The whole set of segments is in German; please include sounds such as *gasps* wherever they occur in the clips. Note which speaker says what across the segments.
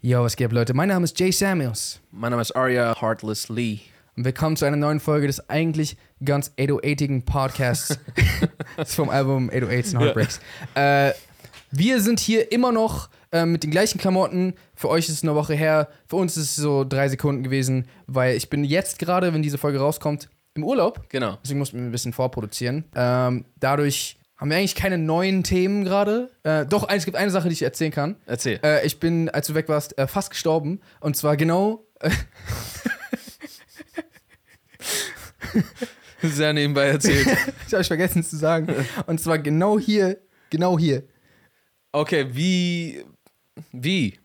Speaker 1: Yo, was geht, Leute? Mein Name ist Jay Samuels.
Speaker 2: Mein Name ist Arya Heartless Lee.
Speaker 1: Und willkommen zu einer neuen Folge des eigentlich ganz 808igen Podcasts. das ist vom Album 808s and Heartbreaks. Äh, wir sind hier immer noch äh, mit den gleichen Klamotten. Für euch ist es eine Woche her. Für uns ist es so drei Sekunden gewesen, weil ich bin jetzt gerade, wenn diese Folge rauskommt, im Urlaub.
Speaker 2: Genau.
Speaker 1: Deswegen mussten wir ein bisschen vorproduzieren. Ähm, dadurch haben wir eigentlich keine neuen Themen gerade. Äh, doch, es gibt eine Sache, die ich erzählen kann.
Speaker 2: Erzähl.
Speaker 1: Äh, ich bin, als du weg warst, äh, fast gestorben. Und zwar genau.
Speaker 2: *laughs* Sehr nebenbei erzählt. *laughs*
Speaker 1: *laughs* Ich habe vergessen zu sagen. Und zwar genau hier. Genau hier.
Speaker 2: Okay, wie. Wie?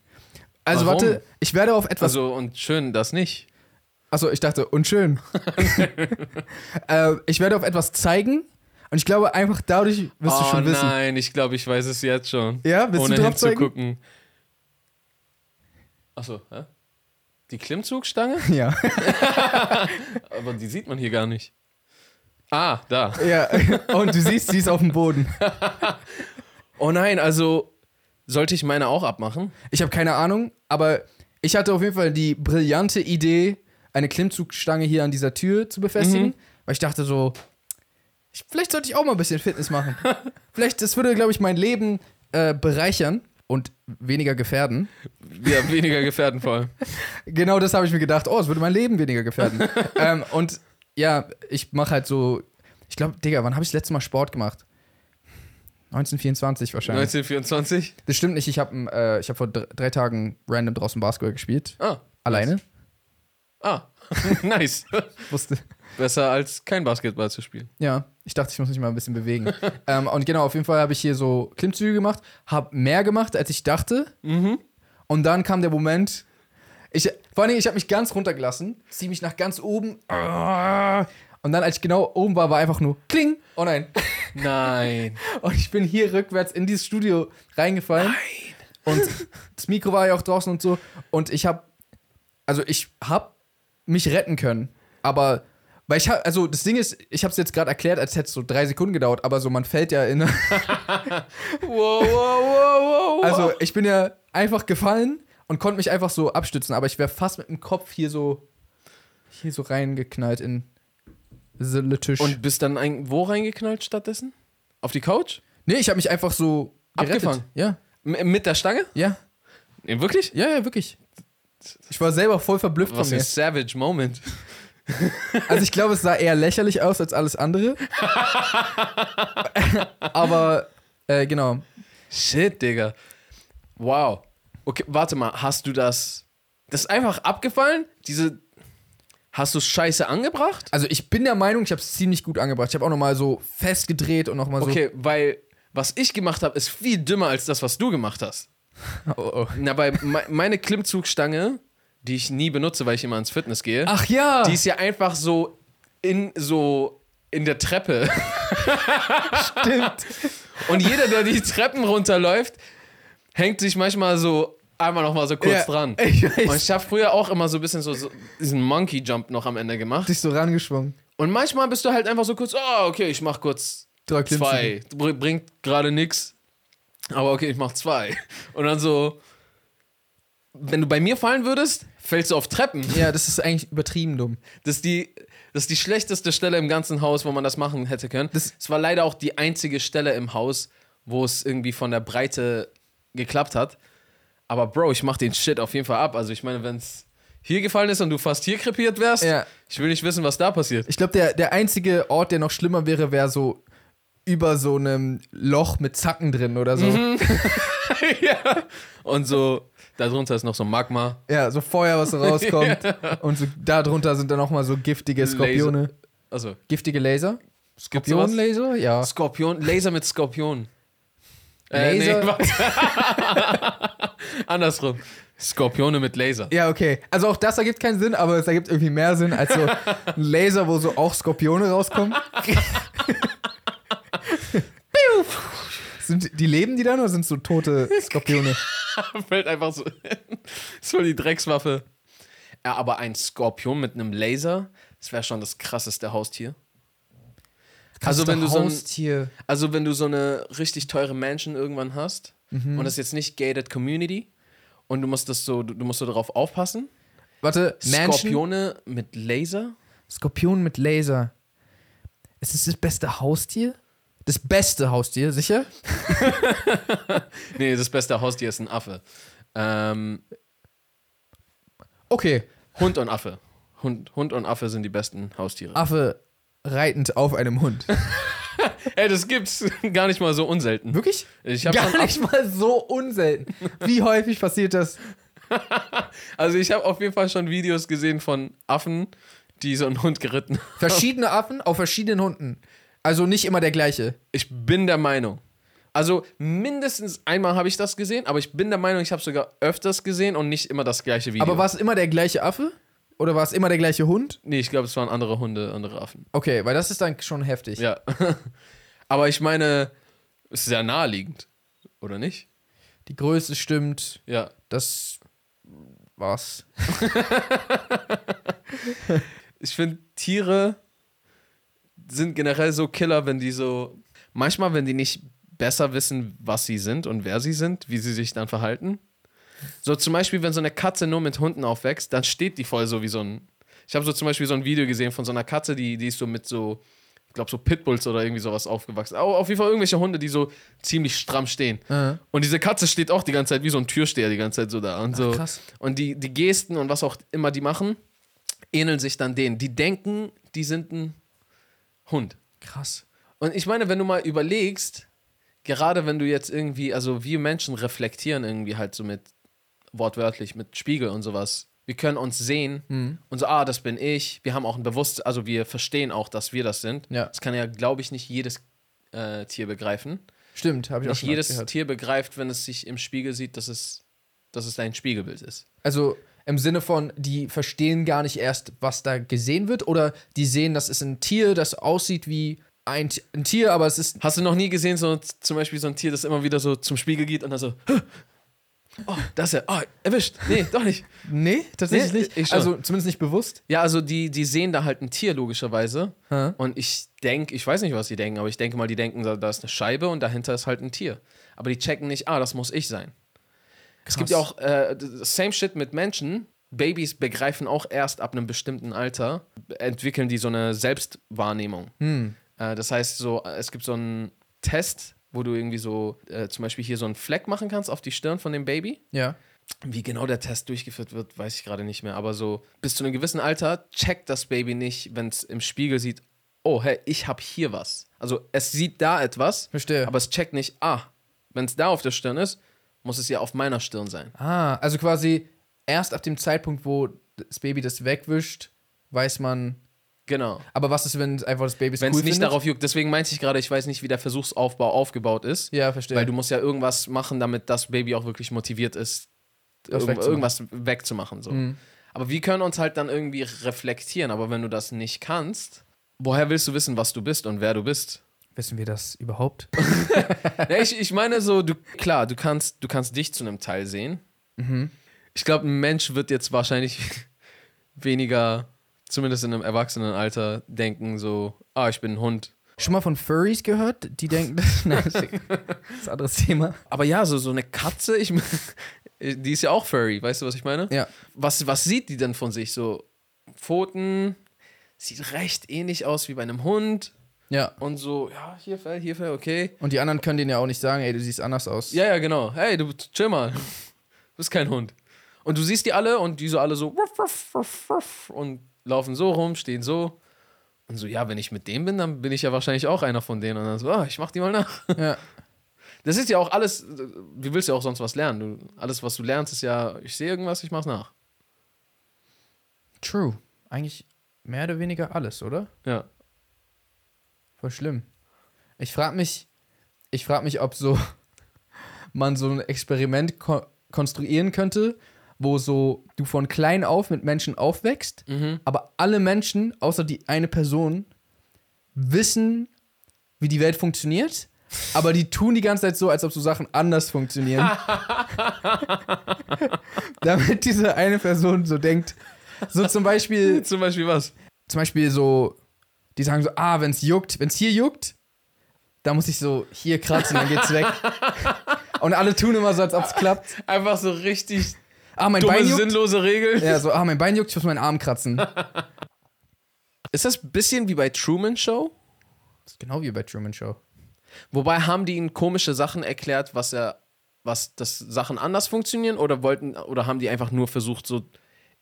Speaker 1: Also
Speaker 2: Warum?
Speaker 1: warte, ich werde auf etwas.
Speaker 2: Also, und schön, das nicht.
Speaker 1: Achso, ich dachte,
Speaker 2: *laughs*
Speaker 1: unschön. äh, ich werde auf etwas zeigen. Und ich glaube, einfach dadurch wirst du
Speaker 2: oh
Speaker 1: schon wissen.
Speaker 2: nein, ich glaube, ich weiß es jetzt schon.
Speaker 1: Ja, *laughs* willst
Speaker 2: Ohne
Speaker 1: du drauf zeigen?
Speaker 2: hinzugucken. Achso, hä? Die Klimmzugstange?
Speaker 1: Ja. *laughs*
Speaker 2: Aber die sieht man hier gar nicht. Ah, da.
Speaker 1: ja. Und du siehst, sie ist auf dem Boden.
Speaker 2: Oh nein, also sollte ich meine auch abmachen?
Speaker 1: Ich habe keine Ahnung, aber ich hatte auf jeden Fall die brillante Idee, eine Klimmzugstange hier an dieser Tür zu befestigen, weil ich dachte so, ich, vielleicht sollte ich auch mal ein bisschen Fitness machen. vielleicht, das würde, glaube ich, mein Leben äh, bereichern und weniger gefährden.
Speaker 2: Ja, weniger gefährdenvoll.
Speaker 1: *laughs* Genau das habe ich mir gedacht, oh, es würde mein Leben weniger gefährden. ähm, und ja, ich mache halt so, ich glaube, Digga, wann habe ich das letzte Mal Sport gemacht? 1924 wahrscheinlich.
Speaker 2: 1924?
Speaker 1: Das stimmt nicht, ich habe äh, ich hab vor dr- drei Tagen random draußen Basketball gespielt.
Speaker 2: Ah.
Speaker 1: Alleine.
Speaker 2: Ah, *laughs* nice.
Speaker 1: Wusste.
Speaker 2: Besser als kein Basketball zu spielen.
Speaker 1: *laughs* Ja, ich dachte, ich muss mich mal ein bisschen *laughs* bewegen. ähm, und genau, auf jeden Fall habe ich hier so Klimmzüge gemacht, habe mehr gemacht, als ich dachte. Und dann kam der Moment, ich, vor allen Dingen, ich habe mich ganz runtergelassen, ziehe mich nach ganz oben. Ah. Und dann, als ich genau oben war, war einfach nur Kling. Oh nein.
Speaker 2: Nein.
Speaker 1: Und ich bin hier rückwärts in dieses Studio reingefallen. Und das Mikro war ja auch draußen und so. Und ich habe, also ich habe mich retten können. Aber, weil ich habe, also das Ding ist, ich habe es jetzt gerade erklärt, als hätte es so drei Sekunden gedauert. Aber so, man fällt
Speaker 2: *laughs*
Speaker 1: ja in.
Speaker 2: Wow, wow, wow, wow.
Speaker 1: Also ich bin ja einfach gefallen und konnte mich einfach so abstützen. Aber ich wäre fast mit dem Kopf hier so, hier so reingeknallt in den Tisch.
Speaker 2: und bist dann ein, wo reingeknallt stattdessen? Auf die Couch?
Speaker 1: nee, ich habe mich einfach so gerettet.
Speaker 2: Abgefangen?
Speaker 1: Ja,
Speaker 2: M mit der Stange?
Speaker 1: ja.
Speaker 2: Nee, wirklich?
Speaker 1: Ja, ja, wirklich. Ich war selber voll verblüfft
Speaker 2: Was
Speaker 1: von
Speaker 2: ein
Speaker 1: mir.
Speaker 2: savage Moment.
Speaker 1: Also ich glaube, es sah eher lächerlich aus als
Speaker 2: *laughs*
Speaker 1: alles andere. Aber äh, genau.
Speaker 2: Shit, Digga. Wow. Okay, warte mal, hast du das das ist einfach abgefallen? Diese Hast du Scheiße angebracht?
Speaker 1: Also ich bin der Meinung, ich habe es ziemlich gut angebracht. Ich habe auch nochmal so festgedreht und nochmal so.
Speaker 2: Okay, weil was ich gemacht habe, ist viel dümmer als das, was du gemacht hast.
Speaker 1: *laughs* Oh, oh.
Speaker 2: Na, bei me meine Klimmzugstange, die ich nie benutze, weil ich immer ins Fitness gehe,
Speaker 1: Ach ja,
Speaker 2: die ist ja einfach so in so in der Treppe.
Speaker 1: stimmt.
Speaker 2: Und jeder, der die Treppen runterläuft, hängt sich manchmal so einmal noch mal so kurz
Speaker 1: Ja,
Speaker 2: dran.
Speaker 1: *laughs* Ich
Speaker 2: Und
Speaker 1: weiß.
Speaker 2: ich habe früher auch immer so ein bisschen so, so diesen Monkey Jump noch am Ende gemacht.
Speaker 1: Dich so rangeschwungen.
Speaker 2: Und manchmal bist du halt einfach so kurz, oh, okay, ich mach kurz
Speaker 1: Drei Klimmzüge.
Speaker 2: zwei. Br bringt gerade nix. Aber okay, ich mach zwei. Und dann so, wenn du bei mir fallen würdest, fällst du auf Treppen.
Speaker 1: Ja, das ist eigentlich übertrieben dumm.
Speaker 2: Das ist die, das ist die schlechteste Stelle im ganzen Haus, wo man das machen hätte können.
Speaker 1: Das-
Speaker 2: Es war leider auch die einzige Stelle im Haus, wo es irgendwie von der Breite geklappt hat. Aber Bro, ich mach den Shit auf jeden Fall ab. Also ich meine, wenn es hier gefallen ist und du fast hier krepiert wärst,
Speaker 1: Ja.
Speaker 2: ich will nicht wissen, was da
Speaker 1: *laughs*
Speaker 2: passiert.
Speaker 1: Ich glaube, der, der einzige Ort, der noch schlimmer wäre, wäre so über so einem Loch mit Zacken drin oder so.
Speaker 2: ja. Und so, darunter ist noch so Magma.
Speaker 1: Ja, so Feuer,
Speaker 2: *laughs*
Speaker 1: was so rauskommt. Und so, darunter sind dann nochmal so giftige Skorpione.
Speaker 2: Also,
Speaker 1: Giftige Laser?
Speaker 2: gibt's sowas?
Speaker 1: Skorpionlaser? Ja.
Speaker 2: Skorpion, Laser mit Skorpion. Äh,
Speaker 1: Laser-
Speaker 2: warte. *laughs* Andersrum. Skorpione mit Laser.
Speaker 1: Ja, okay. Also auch das ergibt keinen Sinn, aber es ergibt irgendwie mehr Sinn als
Speaker 2: *laughs*
Speaker 1: so ein Laser, wo so auch Skorpione rauskommen. Piu! Sind die leben die dann oder sind so tote Skorpione?
Speaker 2: *laughs* Fällt einfach so. ist voll die Dreckswaffe. Ja, aber ein Skorpion mit einem Laser, das wäre schon das krasseste Haustier. Also wenn, du so ein,
Speaker 1: Haustier.
Speaker 2: also wenn du so eine richtig teure Mansion irgendwann hast
Speaker 1: Mhm.
Speaker 2: und das ist jetzt nicht gated Community und du musst das so, du, du musst so darauf aufpassen.
Speaker 1: Warte, Mansion? Skorpion.
Speaker 2: Skorpione mit Laser?
Speaker 1: Skorpion mit Laser. Ist es das beste Haustier? Das beste Haustier, sicher?
Speaker 2: Nee, das beste Haustier ist ein Affe. Ähm,
Speaker 1: Okay.
Speaker 2: Hund und Affe. Hund, Hund und Affe sind die besten Haustiere.
Speaker 1: Affe reitend auf einem *laughs* Hund.
Speaker 2: Ey, das gibt's *laughs* gar nicht mal so unselten.
Speaker 1: Wirklich?
Speaker 2: Ich hab
Speaker 1: Gar
Speaker 2: schon
Speaker 1: nicht mal so unselten. Wie häufig passiert das?
Speaker 2: Also ich habe auf jeden Fall schon Videos gesehen von Affen, die so einen Hund geritten haben.
Speaker 1: Verschiedene Affen auf verschiedenen Hunden. Also nicht immer der gleiche.
Speaker 2: Ich bin der Meinung. Also mindestens einmal habe ich das gesehen, aber ich bin der Meinung, ich habe sogar öfters gesehen und nicht immer das gleiche Video.
Speaker 1: Aber war es immer der gleiche Affe? Oder war es immer der gleiche Hund?
Speaker 2: nee, ich glaube, es waren andere Hunde, andere Affen.
Speaker 1: Okay, weil das ist dann schon heftig.
Speaker 2: Ja. *laughs* aber ich meine, es ist ja naheliegend, oder nicht?
Speaker 1: Die Größe stimmt,
Speaker 2: Ja.
Speaker 1: das war's.
Speaker 2: Ich finde, Tiere sind generell so Killer, wenn die so. Manchmal, wenn die nicht besser wissen, was sie sind und wer sie sind, wie sie sich dann verhalten. So zum Beispiel, wenn so eine Katze nur mit Hunden aufwächst, dann steht die voll so wie so ein. Ich habe so zum Beispiel so ein Video gesehen von so einer Katze, die, die ist so mit so, ich glaube, so Pitbulls oder irgendwie sowas aufgewachsen. Aber auf jeden Fall irgendwelche Hunde, die so ziemlich stramm stehen.
Speaker 1: Äh.
Speaker 2: Und diese Katze steht auch die ganze Zeit wie so ein Türsteher die ganze Zeit so da. Und, so.
Speaker 1: krass.
Speaker 2: und die, die Gesten und was auch immer die machen, ähneln sich dann denen. Die denken, die sind ein Hund.
Speaker 1: Krass.
Speaker 2: Und ich meine, wenn du mal überlegst, gerade wenn du jetzt irgendwie, also wir Menschen reflektieren irgendwie halt so mit, wortwörtlich, mit Spiegel und sowas. Wir können uns sehen
Speaker 1: Mhm.
Speaker 2: und so, ah, das bin ich. Wir haben auch ein Bewusstsein, also wir verstehen auch, dass wir das sind.
Speaker 1: Ja.
Speaker 2: Das kann ja, glaube ich, nicht jedes äh, Tier begreifen.
Speaker 1: Stimmt, habe ich auch
Speaker 2: Nicht
Speaker 1: schon
Speaker 2: jedes
Speaker 1: gehört.
Speaker 2: Tier begreift, wenn es sich im Spiegel sieht, dass es, dass es dein Spiegelbild ist.
Speaker 1: Also im Sinne von, die verstehen gar nicht erst, was da gesehen wird, oder die sehen, das ist ein Tier, das aussieht wie ein, T- ein Tier, aber es ist.
Speaker 2: Hast du noch nie gesehen, so z- zum Beispiel so ein Tier, das immer wieder so zum Spiegel geht und dann so, "Hä? oh, das ist er, oh, erwischt. Nee, doch nicht.
Speaker 1: Nee, tatsächlich
Speaker 2: Nee,
Speaker 1: nicht.
Speaker 2: ich schon.
Speaker 1: also zumindest nicht bewusst.
Speaker 2: Ja, also die, die sehen da halt ein Tier, logischerweise.
Speaker 1: Hä?
Speaker 2: Und ich denke, ich weiß nicht, was die denken, aber ich denke mal, die denken, da, da ist eine Scheibe und dahinter ist halt ein Tier. Aber die checken nicht, ah, das muss ich sein. Es gibt ja auch äh, d- d- same shit mit Menschen. Babys begreifen auch erst ab einem bestimmten Alter, entwickeln die so eine Selbstwahrnehmung.
Speaker 1: Hm.
Speaker 2: Äh, das heißt, so, äh, es gibt so einen Test, wo du irgendwie so äh, zum Beispiel hier so einen Fleck machen kannst auf die Stirn von dem Baby.
Speaker 1: Ja.
Speaker 2: Wie genau der Test durchgeführt wird, weiß ich gerade nicht mehr. Aber so bis zu einem gewissen Alter checkt das Baby nicht, wenn es im Spiegel sieht, oh, hey, ich habe hier was. Also es sieht da etwas,
Speaker 1: Verstehe.
Speaker 2: aber es checkt nicht, ah, wenn es da auf der Stirn ist, muss es ja auf meiner Stirn sein.
Speaker 1: Ah, also quasi erst ab dem Zeitpunkt, wo das Baby das wegwischt, weiß man.
Speaker 2: Genau.
Speaker 1: Aber was ist, wenn einfach das Baby es
Speaker 2: Wenn es
Speaker 1: cool
Speaker 2: nicht
Speaker 1: findet?
Speaker 2: darauf juckt, deswegen meinte ich gerade, ich weiß nicht, wie der Versuchsaufbau aufgebaut ist.
Speaker 1: Ja, verstehe.
Speaker 2: Weil du musst ja irgendwas machen, damit das Baby auch wirklich motiviert ist,
Speaker 1: Das
Speaker 2: irgend-
Speaker 1: wegzumachen. Mhm.
Speaker 2: irgendwas wegzumachen. So. Aber wir können uns halt dann irgendwie reflektieren. Aber wenn du das nicht kannst, woher willst du wissen, was du bist und wer du
Speaker 1: *laughs*
Speaker 2: bist?
Speaker 1: Wissen wir das überhaupt? *laughs*
Speaker 2: ja, ich, ich meine so, du, klar, du kannst, du kannst dich zu einem Teil sehen.
Speaker 1: Mhm.
Speaker 2: Ich glaube, ein Mensch wird jetzt wahrscheinlich *laughs* weniger, zumindest in einem Erwachsenenalter, denken so, ah, ich bin ein Hund.
Speaker 1: Schon mal von Furries gehört? Die denken, *laughs* nein, das ist das ist ein anderes Thema.
Speaker 2: Aber ja, so, so eine Katze, ich, mein- *laughs* die ist ja auch furry, weißt du, was ich meine?
Speaker 1: Ja.
Speaker 2: Was, was sieht die denn von sich? So Pfoten, sieht recht ähnlich aus wie bei einem Hund
Speaker 1: Ja.
Speaker 2: und so, ja, hier fell, hier fell, okay.
Speaker 1: Und die anderen können denen ja auch nicht sagen, ey, du siehst anders aus.
Speaker 2: Ja, ja, genau. Hey, du chill mal. Du bist kein Hund. Und du siehst die alle und die so alle so wuff, wuff, wuff, wuff, und laufen so rum, stehen so. Und so, ja, wenn ich mit dem bin, dann bin ich ja wahrscheinlich auch einer von denen. Und dann so, ah, ich mach die mal nach.
Speaker 1: Ja.
Speaker 2: Das ist ja auch alles, du willst ja auch sonst was lernen. Du, alles, was du lernst, ist ja, ich sehe irgendwas, ich mach's nach.
Speaker 1: True. Eigentlich mehr oder weniger alles, oder?
Speaker 2: Ja. *laughs*
Speaker 1: Voll schlimm. Ich frage mich, ich frage mich, ob so *laughs* man so ein Experiment ko konstruieren könnte, wo so du von klein auf mit Menschen aufwächst, aber alle Menschen, außer die eine Person, wissen, wie die Welt funktioniert, aber die tun die ganze Zeit so, als ob so Sachen anders funktionieren. *laughs* Damit diese eine Person so denkt. So zum Beispiel,
Speaker 2: Zum Beispiel was?
Speaker 1: zum Beispiel so, die sagen so, ah, wenn's juckt, wenn's hier juckt, da muss ich so hier kratzen, dann geht's weg. Und alle tun immer so, als ob's klappt.
Speaker 2: Einfach so richtig
Speaker 1: Ah, mein
Speaker 2: dumme,
Speaker 1: Bein juckt.
Speaker 2: sinnlose Regeln.
Speaker 1: Ja, so, ah, mein Bein juckt, ich muss meinen Arm kratzen.
Speaker 2: Ist das ein bisschen wie bei Truman Show?
Speaker 1: Das ist genau wie bei Truman Show.
Speaker 2: Wobei haben die ihm komische Sachen erklärt, was er, was das Sachen anders funktionieren oder wollten oder haben die einfach nur versucht, so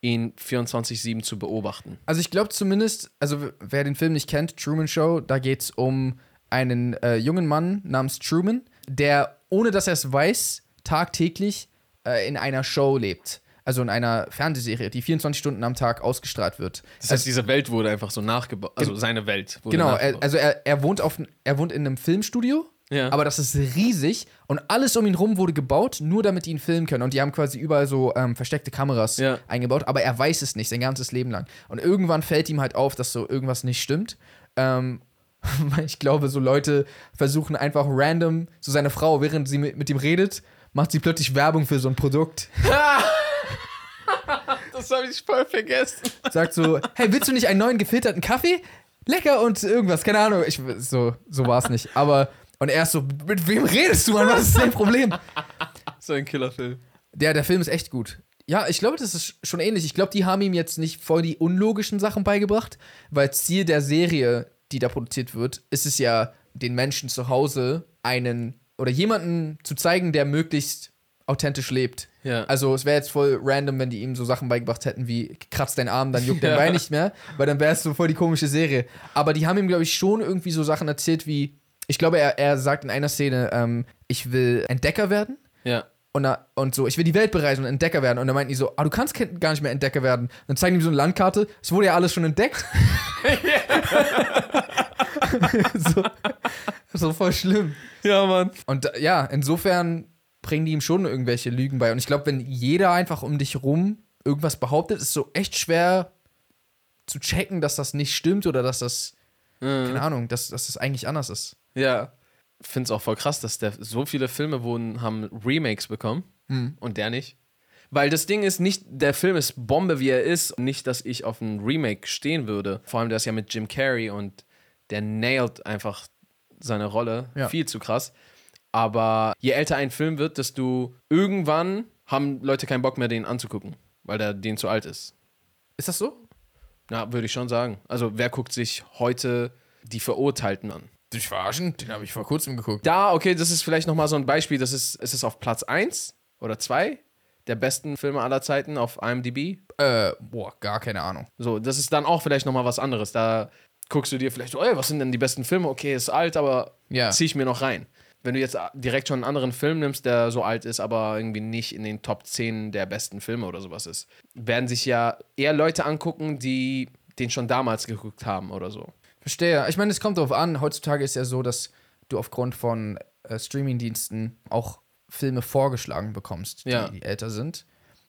Speaker 2: ihn 24-7 zu beobachten?
Speaker 1: Also ich glaube zumindest, also w- wer den Film nicht kennt, Truman Show, da geht es um einen äh, jungen Mann namens Truman, der, ohne dass er es weiß, tagtäglich äh, in einer Show lebt. Also in einer Fernsehserie, die 24 Stunden am Tag ausgestrahlt wird.
Speaker 2: Das heißt, diese Welt wurde einfach so nachgebaut, also seine Welt wurde
Speaker 1: Genau, er,
Speaker 2: nachgebaut.
Speaker 1: also er, er, wohnt auf, n- er wohnt in einem Filmstudio,
Speaker 2: Ja.
Speaker 1: aber das ist riesig und alles um ihn rum wurde gebaut, nur damit die ihn filmen können. Und die haben quasi überall so ähm, versteckte Kameras
Speaker 2: Ja.
Speaker 1: eingebaut, aber er weiß es nicht sein ganzes Leben lang. Und irgendwann fällt ihm halt auf, dass so irgendwas nicht stimmt. Ähm, *laughs* weil ich glaube, so Leute versuchen einfach random, so seine Frau, während sie mit, mit ihm redet, macht sie plötzlich Werbung für so ein Produkt.
Speaker 2: das habe ich voll vergessen.
Speaker 1: Sagt so, hey, willst du nicht einen neuen gefilterten Kaffee? Lecker und irgendwas, keine Ahnung. Ich, so so war es nicht. Aber, und er ist so, mit wem redest du, Mann? Was ist dein Problem?
Speaker 2: So ein Killerfilm.
Speaker 1: Der, der Film ist echt gut. Ja, ich glaube, das ist schon ähnlich. Ich glaube, die haben ihm jetzt nicht voll die unlogischen Sachen beigebracht, weil Ziel der Serie, die da produziert wird, ist es ja, den Menschen zu Hause einen oder jemanden zu zeigen, der möglichst authentisch lebt.
Speaker 2: Ja.
Speaker 1: Also es wäre jetzt voll random, wenn die ihm so Sachen beigebracht hätten wie kratz deinen Arm, dann juckt dein Bein nicht mehr, weil dann wäre es so voll die komische Serie. Aber die haben ihm, glaube ich, schon irgendwie so Sachen erzählt wie, ich glaube, er, er sagt in einer Szene, ähm, ich will Entdecker werden.
Speaker 2: Ja.
Speaker 1: Und, da, und so, ich will die Welt bereisen und Entdecker werden. Und dann meinten die so, ah, du kannst ke- gar nicht mehr Entdecker werden. Und dann zeigen die ihm so eine Landkarte, es wurde ja alles schon entdeckt. *laughs* so, so voll schlimm.
Speaker 2: Ja, Mann.
Speaker 1: Und äh, ja, insofern bringen die ihm schon irgendwelche Lügen bei. Und ich glaube, wenn jeder einfach um dich rum irgendwas behauptet, ist so echt schwer zu checken, dass das nicht stimmt oder dass das, keine Ahnung, dass, dass das eigentlich anders ist.
Speaker 2: Ja. Find's auch voll krass, dass der so viele Filme wurden, haben Remakes bekommen und der nicht. Weil das Ding ist nicht, der Film ist Bombe, wie er ist. Nicht, dass ich auf ein Remake stehen würde. Vor allem, der ist ja mit Jim Carrey und der nailt einfach seine Rolle.
Speaker 1: Ja.
Speaker 2: Viel zu krass. Aber je älter ein Film wird, desto irgendwann haben Leute keinen Bock mehr, den anzugucken, weil der den zu alt ist.
Speaker 1: Ist das so?
Speaker 2: Na, würde ich schon sagen. Also, wer guckt sich heute die Verurteilten an?
Speaker 1: Dich verarschen? Den habe ich vor kurzem geguckt.
Speaker 2: Da, okay, das ist vielleicht nochmal so ein Beispiel. Das ist, es ist auf Platz 1 oder 2 der besten Filme aller Zeiten auf IMDb.
Speaker 1: Äh, boah, gar keine Ahnung.
Speaker 2: So, das ist dann auch vielleicht nochmal was anderes. Da guckst du dir vielleicht, oh, ey, was sind denn die besten Filme? Okay, ist alt, aber
Speaker 1: Ja.
Speaker 2: zieh ich mir noch rein. Wenn du jetzt direkt schon einen anderen Film nimmst, der so alt ist, aber irgendwie nicht in den Top 10 der besten Filme oder sowas ist, werden sich ja eher Leute angucken, die den schon damals geguckt haben oder so.
Speaker 1: Verstehe. Ich meine, es kommt darauf an. Heutzutage ist ja so, dass du aufgrund von äh, Streamingdiensten auch Filme vorgeschlagen bekommst, die,
Speaker 2: Ja.
Speaker 1: die älter sind.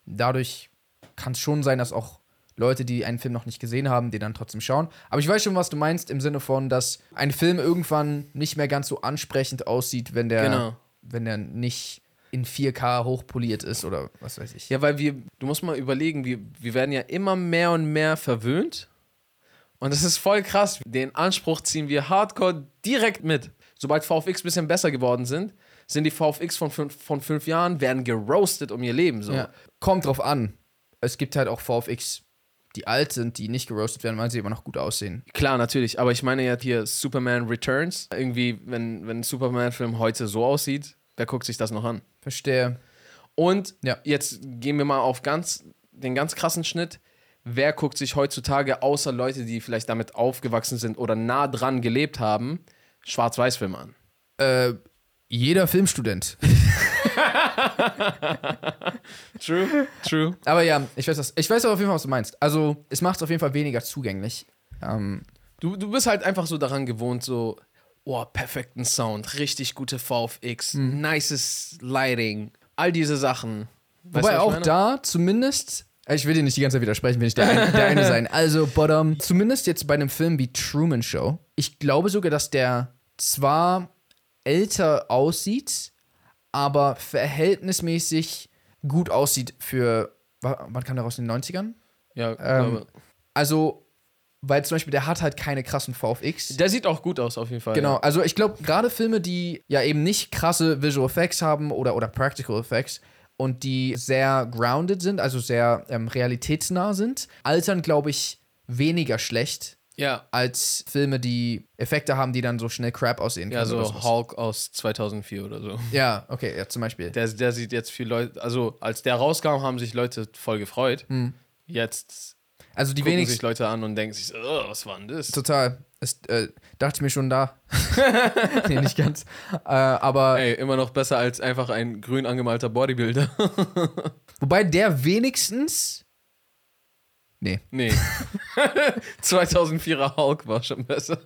Speaker 1: Dadurch kann es schon sein, dass auch Leute, die einen Film noch nicht gesehen haben, den dann trotzdem schauen. Aber ich weiß schon, was du meinst, im Sinne von, dass ein Film irgendwann nicht mehr ganz so ansprechend aussieht, wenn der,
Speaker 2: Genau.
Speaker 1: wenn der nicht in 4K hochpoliert ist oder was weiß ich.
Speaker 2: Ja, weil wir, du musst mal überlegen, wir, wir werden ja immer mehr und mehr verwöhnt. Und das ist voll krass. Den Anspruch ziehen wir hardcore direkt mit. Sobald VFX ein bisschen besser geworden sind, sind die VFX von fünf, von fünf Jahren, werden geroastet um ihr Leben. So.
Speaker 1: Ja. Kommt drauf an. Es gibt halt auch VFX, die alt sind, die nicht geroastet werden, weil sie immer noch gut aussehen.
Speaker 2: Klar, natürlich. Aber ich meine ja hier Superman Returns. Irgendwie, wenn, wenn ein Superman-Film heute so aussieht, wer guckt sich das noch an?
Speaker 1: Verstehe.
Speaker 2: Und
Speaker 1: Ja.
Speaker 2: jetzt gehen wir mal auf ganz, den ganz krassen Schnitt. Wer guckt sich heutzutage, außer Leute, die vielleicht damit aufgewachsen sind oder nah dran gelebt haben, Schwarz-Weiß-Filme an?
Speaker 1: Äh, jeder Filmstudent.
Speaker 2: True, true.
Speaker 1: Aber ja, ich weiß das. Ich weiß aber auf jeden Fall, was du meinst. Also, es macht es auf jeden Fall weniger zugänglich. Ähm,
Speaker 2: Du, du bist halt einfach so daran gewohnt, so, oh, perfekten Sound, richtig gute VFX,
Speaker 1: Mhm.
Speaker 2: nices Lighting, all diese Sachen. Weißt du, was
Speaker 1: wobei
Speaker 2: ich
Speaker 1: auch
Speaker 2: meine?
Speaker 1: da zumindest. Ich will dir nicht die ganze Zeit widersprechen, will ich der, ein, der
Speaker 2: *laughs*
Speaker 1: eine sein. Also, bottom. Zumindest jetzt bei einem Film wie Truman Show. Ich glaube sogar, dass der zwar älter aussieht, aber verhältnismäßig gut aussieht für. wa- Wann kam der raus? In den 90ern?
Speaker 2: Ja,
Speaker 1: Ähm,
Speaker 2: glaube.
Speaker 1: Also, weil zum Beispiel der hat halt keine krassen VFX.
Speaker 2: Der sieht auch gut aus, auf jeden Fall.
Speaker 1: Genau, also ich glaube, gerade Filme, die ja eben nicht krasse Visual Effects haben oder, oder Practical Effects und die sehr grounded sind, also sehr ähm, realitätsnah sind, altern, glaube ich, weniger schlecht
Speaker 2: Ja.
Speaker 1: als Filme, die Effekte haben, die dann so schnell crap aussehen
Speaker 2: Ja,
Speaker 1: können.
Speaker 2: so
Speaker 1: oder sowas.
Speaker 2: Hulk aus 2004 oder so.
Speaker 1: ja, okay, ja, zum Beispiel.
Speaker 2: Der, der sieht jetzt viel Leute, also als der rauskam, haben sich Leute voll gefreut. Jetzt
Speaker 1: Also Hm. die
Speaker 2: gucken sich
Speaker 1: wenigsten,
Speaker 2: Leute an und denken sich, so, "Oh, was war denn das?
Speaker 1: *laughs* total, es, äh, dachte ich mir schon da. *laughs* nee, nicht ganz. Äh, aber
Speaker 2: Ey, immer noch besser als einfach ein grün angemalter Bodybuilder. *laughs*
Speaker 1: wobei der wenigstens, nee,
Speaker 2: *laughs* nee. 2004er Hulk war schon besser.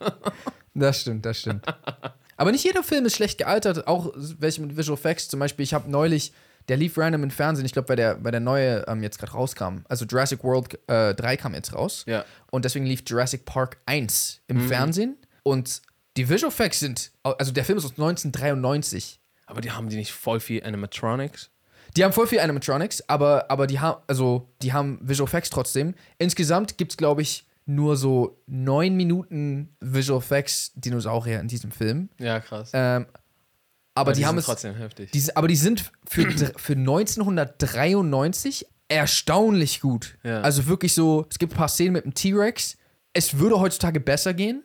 Speaker 1: Das stimmt, das stimmt. Aber nicht jeder Film ist schlecht gealtert, auch welche mit Visual Effects. Zum Beispiel, ich habe neulich, der lief random im Fernsehen, ich glaube, weil der, weil der neue ähm, jetzt gerade rauskam. Also Jurassic World äh, 3 kam jetzt raus.
Speaker 2: Ja.
Speaker 1: Und deswegen lief Jurassic Park 1 im Fernsehen. Und die Visual Effects sind, also der Film ist aus 1993.
Speaker 2: Aber die haben die nicht voll viel Animatronics?
Speaker 1: Die haben voll viel Animatronics, aber, aber die haben, also die haben Visual Effects trotzdem. Insgesamt gibt es, glaube ich, nur so neun Minuten Visual Effects Dinosaurier in diesem Film.
Speaker 2: Ja, krass.
Speaker 1: Ähm, aber die,
Speaker 2: sind
Speaker 1: haben es.
Speaker 2: trotzdem heftig.
Speaker 1: Die, aber die sind für, dr- für 1993 erstaunlich gut.
Speaker 2: Ja.
Speaker 1: Also wirklich so, es gibt ein paar Szenen mit dem T-Rex. Es würde heutzutage besser gehen,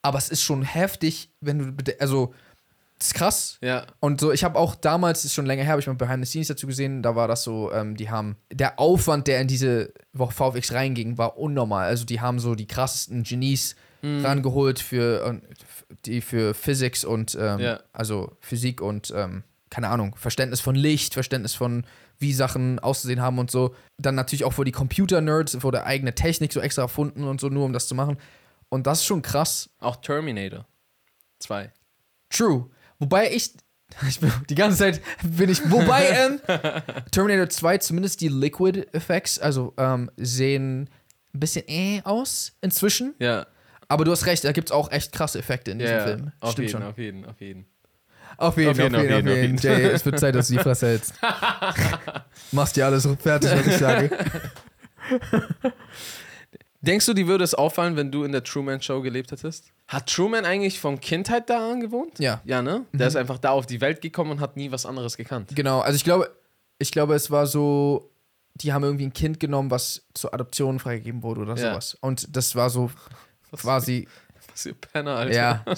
Speaker 1: aber es ist schon heftig, wenn du. bede- Also, es ist krass.
Speaker 2: ja.
Speaker 1: Und so, ich habe auch damals, ist schon länger her, habe ich mal Behind the Scenes dazu gesehen, da war das so, ähm, die haben, der Aufwand, der in diese Wo- VFX reinging, war unnormal. Also die haben so die krassesten Genies
Speaker 2: Mhm.
Speaker 1: rangeholt für, und f- die für Physics und, ähm,
Speaker 2: Ja.
Speaker 1: also Physik und, ähm, keine Ahnung, Verständnis von Licht, Verständnis von, wie Sachen auszusehen haben und so. Dann natürlich auch für die Computer-Nerds, wurde eigene Technik so extra erfunden und so, nur um das zu machen. Und das ist schon krass.
Speaker 2: Auch Terminator 2.
Speaker 1: True. Wobei ich, *laughs* ich bin, die ganze Zeit bin ich,
Speaker 2: *laughs*
Speaker 1: wobei ähm, Terminator 2 zumindest die Liquid Effects, also ähm, sehen ein bisschen äh aus inzwischen.
Speaker 2: Ja.
Speaker 1: Aber du hast recht, da gibt es auch echt krasse Effekte in diesem
Speaker 2: ja.
Speaker 1: Film.
Speaker 2: Auf
Speaker 1: Stimmt
Speaker 2: jeden,
Speaker 1: schon.
Speaker 2: auf jeden, auf jeden.
Speaker 1: Auf jeden,
Speaker 2: auf jeden, auf jeden, auf jeden.
Speaker 1: Jay, es wird Zeit, dass du die Fresse *laughs* hältst. Machst dir alles fertig, was ich sage.
Speaker 2: Denkst du, die würde es auffallen, wenn du in der Truman Show gelebt hättest? Hat Truman eigentlich von Kindheit da an gewohnt?
Speaker 1: Ja,
Speaker 2: Ja, ne? Der
Speaker 1: Mhm.
Speaker 2: ist einfach da auf die Welt gekommen und hat nie was anderes gekannt. *laughs*
Speaker 1: genau. Also ich glaube, ich glaube, es war so, die haben irgendwie ein Kind genommen, was zur Adoption freigegeben wurde oder
Speaker 2: Ja.
Speaker 1: sowas. Und das war so quasi
Speaker 2: Was ihr Penner, Alter.
Speaker 1: *laughs* Ja,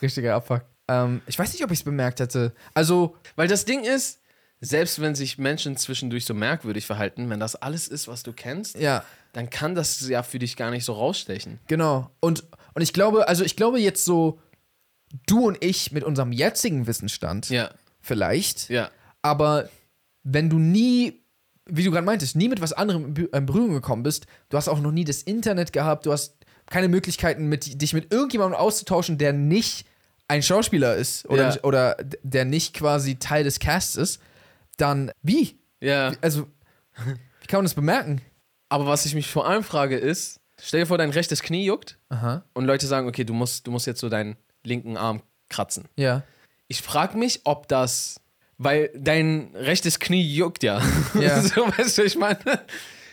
Speaker 1: richtiger Abfuck. Ähm, ich weiß nicht, ob ich es bemerkt hätte. Also,
Speaker 2: Weil das Ding ist, selbst wenn sich Menschen zwischendurch so merkwürdig verhalten, wenn das alles ist, was du kennst,
Speaker 1: ja,
Speaker 2: dann kann das ja für dich gar nicht so rausstechen.
Speaker 1: genau. Und, und ich glaube, also ich glaube jetzt so, du und ich mit unserem jetzigen Wissensstand,
Speaker 2: Ja,
Speaker 1: vielleicht,
Speaker 2: ja.
Speaker 1: aber wenn du nie, wie du gerade meintest, nie mit was anderem in Bü- in Berührung gekommen bist, du hast auch noch nie das Internet gehabt, du hast keine Möglichkeiten, mit, dich mit irgendjemandem auszutauschen, der nicht ein Schauspieler ist oder,
Speaker 2: Ja.
Speaker 1: oder d- der nicht quasi Teil des Casts ist, dann wie?
Speaker 2: Ja.
Speaker 1: Also, *laughs* wie kann man das bemerken?
Speaker 2: Aber was ich mich vor allem frage ist, stell dir vor, dein rechtes Knie juckt
Speaker 1: Aha.
Speaker 2: und Leute sagen, okay, du musst, du musst jetzt so deinen linken Arm kratzen.
Speaker 1: Ja.
Speaker 2: Ich frage mich, ob das, weil dein rechtes Knie juckt ja.
Speaker 1: Ja.
Speaker 2: *laughs* so, weißt du, ich meine,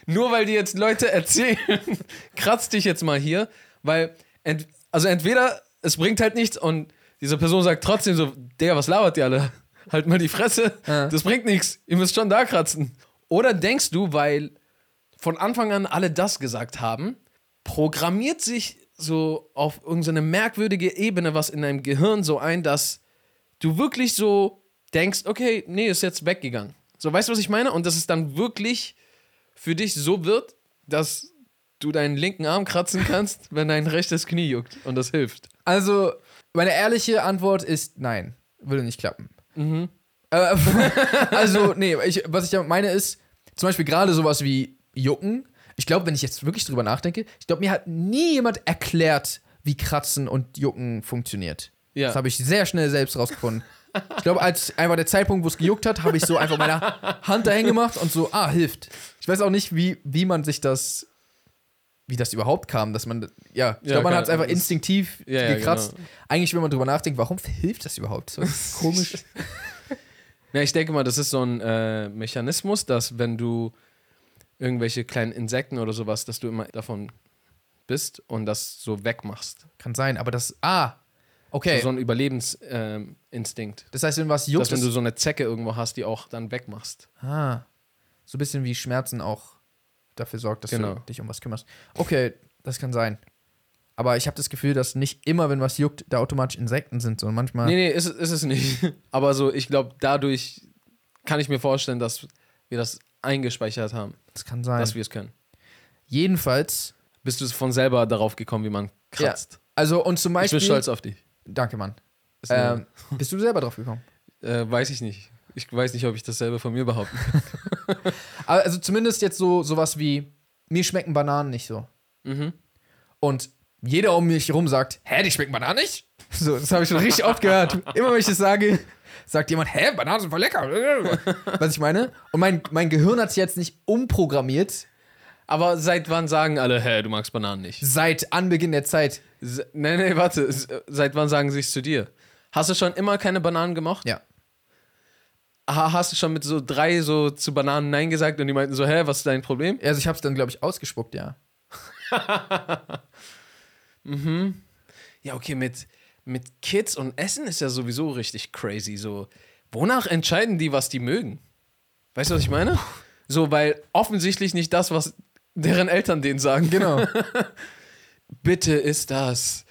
Speaker 2: nur weil dir jetzt Leute erzählen, *laughs* kratz dich jetzt mal hier, weil, ent, also entweder es bringt halt nichts und diese Person sagt trotzdem so, der, was labert ihr alle? Halt mal die Fresse,
Speaker 1: Ja.
Speaker 2: das bringt nichts, ihr müsst schon da kratzen. Oder denkst du, weil von Anfang an alle das gesagt haben, programmiert sich so auf irgendeine merkwürdige Ebene was in deinem Gehirn so ein, dass du wirklich so denkst, okay, nee, ist jetzt weggegangen. So, weißt du, was ich meine? Und dass es dann wirklich für dich so wird, dass du deinen linken Arm kratzen kannst, *laughs* wenn dein rechtes Knie juckt und das hilft.
Speaker 1: Also, meine ehrliche Antwort ist nein. Würde nicht klappen.
Speaker 2: Mhm.
Speaker 1: Äh, *laughs* also, nee, ich, was ich damit meine ist, zum Beispiel gerade sowas wie Jucken. Ich glaube, wenn ich jetzt wirklich drüber nachdenke, ich glaube, mir hat nie jemand erklärt, wie Kratzen und Jucken funktioniert.
Speaker 2: Ja.
Speaker 1: Das habe ich sehr schnell selbst rausgefunden. Ich glaube, als einfach der Zeitpunkt, wo es gejuckt hat, habe ich so einfach meine Hand dahin gemacht und so, ah, hilft. Ich weiß auch nicht, wie, wie man sich das wie das überhaupt kam, dass man, ja, ich
Speaker 2: Ja,
Speaker 1: glaube, man
Speaker 2: kann-
Speaker 1: hat es einfach
Speaker 2: das-
Speaker 1: instinktiv
Speaker 2: Ja, ja,
Speaker 1: gekratzt.
Speaker 2: genau.
Speaker 1: Eigentlich, wenn man drüber nachdenkt, warum hilft das
Speaker 2: *laughs*
Speaker 1: überhaupt? So komisch.
Speaker 2: Na, ich denke mal, das ist so ein äh, Mechanismus, dass wenn du irgendwelche kleinen Insekten oder sowas, dass du immer davon bist und das so wegmachst.
Speaker 1: Kann sein, aber das, ah, okay.
Speaker 2: So ein Überlebensinstinkt. Ähm, Instinkt.
Speaker 1: das heißt, wenn was juckt,
Speaker 2: dass wenn
Speaker 1: ist,
Speaker 2: du so eine Zecke irgendwo hast, die auch dann wegmachst.
Speaker 1: ah, so ein bisschen wie Schmerzen auch dafür sorgt, dass
Speaker 2: Genau.
Speaker 1: du dich um was kümmerst. Okay, das kann sein. Aber ich habe das Gefühl, dass nicht immer, wenn was juckt, da automatisch Insekten sind, sondern manchmal.
Speaker 2: Nee, nee, ist, es- ist es nicht. *laughs* Aber so, ich glaube, dadurch kann ich mir vorstellen, dass wir das eingespeichert haben,
Speaker 1: Das kann sein.
Speaker 2: dass wir es können.
Speaker 1: Jedenfalls,
Speaker 2: Bist du von selber darauf gekommen, wie man kratzt?
Speaker 1: also und zum
Speaker 2: ich
Speaker 1: Beispiel.
Speaker 2: bin stolz auf dich.
Speaker 1: Danke, Mann.
Speaker 2: Ist eine-
Speaker 1: Ähm, bist du selber drauf gekommen?
Speaker 2: äh, weiß ich nicht. Ich weiß nicht, ob ich das selber von mir behaupte.
Speaker 1: Aber Also zumindest jetzt so sowas wie mir schmecken Bananen nicht so.
Speaker 2: mhm.
Speaker 1: Und jeder um mich herum sagt, hä, die schmecken Bananen nicht? *laughs* So, das habe ich schon richtig oft gehört. Immer wenn ich das sage, sagt jemand, hä, Bananen sind voll lecker. *laughs* Was ich meine? Und mein, mein Gehirn hat sich jetzt nicht umprogrammiert
Speaker 2: *laughs* Aber seit wann sagen alle, hä, du magst Bananen nicht?
Speaker 1: seit Anbeginn der Zeit.
Speaker 2: Se nee, nee, warte. Se- Seit wann sagen sie es zu dir? Hast du schon immer keine Bananen gemocht?
Speaker 1: Ja.
Speaker 2: Ha- Hast du schon mit so drei so zu Bananen Nein gesagt und die meinten so, hä, was ist dein Problem?
Speaker 1: Also ich habe es dann, glaube ich, ausgespuckt, ja.
Speaker 2: Ja, okay, mit, mit Kids und Essen ist ja sowieso richtig crazy. So, wonach entscheiden die, was die mögen? Weißt du, was ich meine? So, weil offensichtlich nicht das, was deren Eltern denen sagen.
Speaker 1: Genau.
Speaker 2: Bitte ist das.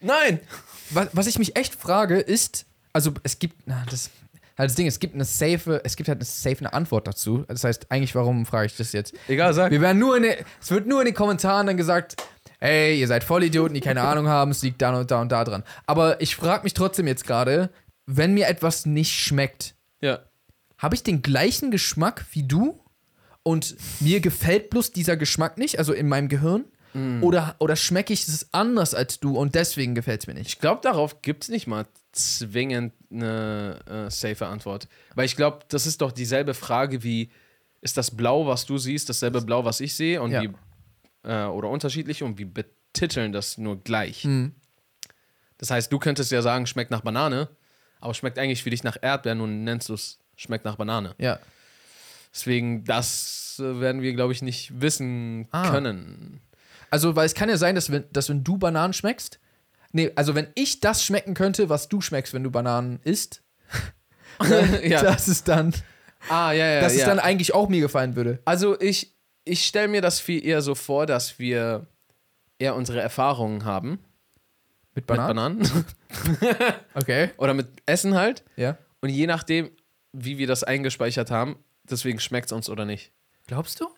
Speaker 2: Nein!
Speaker 1: was, was ich mich echt frage, ist, also es gibt, na, das, halt das Ding, es gibt eine safe, es gibt halt eine safe eine Antwort dazu. Das heißt, eigentlich, warum frage ich das jetzt?
Speaker 2: Egal, sag.
Speaker 1: Wir werden nur in den, es wird nur in den Kommentaren dann gesagt, ey, ihr seid Vollidioten, die keine Ahnung haben, es liegt da und da und da dran. Aber ich frage mich trotzdem jetzt gerade, wenn mir etwas nicht schmeckt,
Speaker 2: Ja.
Speaker 1: habe ich den gleichen Geschmack wie du und mir gefällt bloß dieser Geschmack nicht, also in meinem Gehirn? Oder, oder schmecke ich es anders als du und deswegen gefällt es mir nicht?
Speaker 2: Ich glaube, darauf gibt es nicht mal zwingend eine äh, safe Antwort. Weil ich glaube, das ist doch dieselbe Frage wie: Ist das Blau, was du siehst, dasselbe Blau, was ich sehe? Und
Speaker 1: Ja.
Speaker 2: wie, äh, oder unterschiedlich und wir betiteln das nur gleich.
Speaker 1: Hm.
Speaker 2: Das heißt, du könntest ja sagen, schmeckt nach Banane, aber schmeckt eigentlich für dich nach Erdbeeren und nennst du es schmeckt nach Banane.
Speaker 1: Ja.
Speaker 2: Deswegen, das äh, werden wir, glaube ich, nicht wissen
Speaker 1: Ah. *laughs*
Speaker 2: können. *laughs*
Speaker 1: Also, weil es kann ja sein, dass wenn, dass wenn du Bananen schmeckst, nee, also wenn ich das schmecken könnte, was du schmeckst, wenn du Bananen isst,
Speaker 2: ja.
Speaker 1: das ist dann,
Speaker 2: ah, ja, ja.
Speaker 1: dass
Speaker 2: ja.
Speaker 1: es dann eigentlich auch mir gefallen würde.
Speaker 2: Also ich, ich stelle mir das viel eher so vor, dass wir eher unsere Erfahrungen haben
Speaker 1: Mit Bananen?
Speaker 2: mit Bananen *laughs*
Speaker 1: Okay.
Speaker 2: oder mit Essen halt.
Speaker 1: Ja.
Speaker 2: Und je nachdem, wie wir das eingespeichert haben, deswegen schmeckt es uns oder nicht.
Speaker 1: Glaubst du?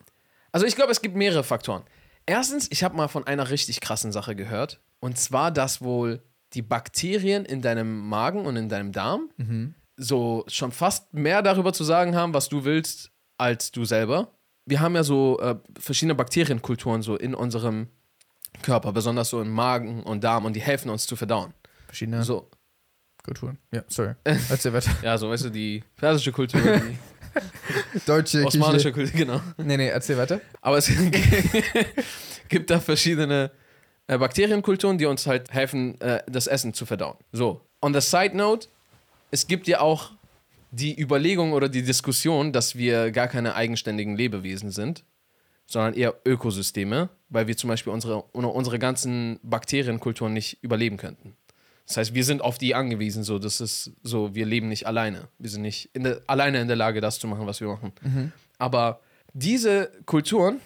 Speaker 2: Also ich glaube, es gibt mehrere Faktoren. Erstens, ich habe mal von einer richtig krassen Sache gehört. Und zwar, dass wohl die Bakterien in deinem Magen und in deinem Darm
Speaker 1: Mhm.
Speaker 2: so schon fast mehr darüber zu sagen haben, was du willst, als du selber. Wir haben ja so äh, verschiedene Bakterienkulturen so in unserem Körper, besonders so im Magen und Darm und die helfen uns zu verdauen.
Speaker 1: Verschiedene
Speaker 2: So,
Speaker 1: Kulturen. Ja,
Speaker 2: *laughs*
Speaker 1: sorry. Erzähl weiter.
Speaker 2: ja, so weißt du, die persische Kultur, die
Speaker 1: Deutsche
Speaker 2: osmanische Kultur, genau.
Speaker 1: Küche. *laughs* Nee, nee, erzähl weiter.
Speaker 2: Aber es *laughs* gibt da verschiedene äh, Bakterienkulturen, die uns halt helfen, äh, das Essen zu verdauen. So, on the side note, es gibt ja auch die Überlegung oder die Diskussion, dass wir gar keine eigenständigen Lebewesen sind, sondern eher Ökosysteme, weil wir zum Beispiel unsere, ohne unsere ganzen Bakterienkulturen nicht überleben könnten. Das heißt, wir sind auf die angewiesen, so das ist so, wir leben nicht alleine. Wir sind nicht in der, alleine in der Lage, das zu machen, was wir machen. Aber diese Kulturen,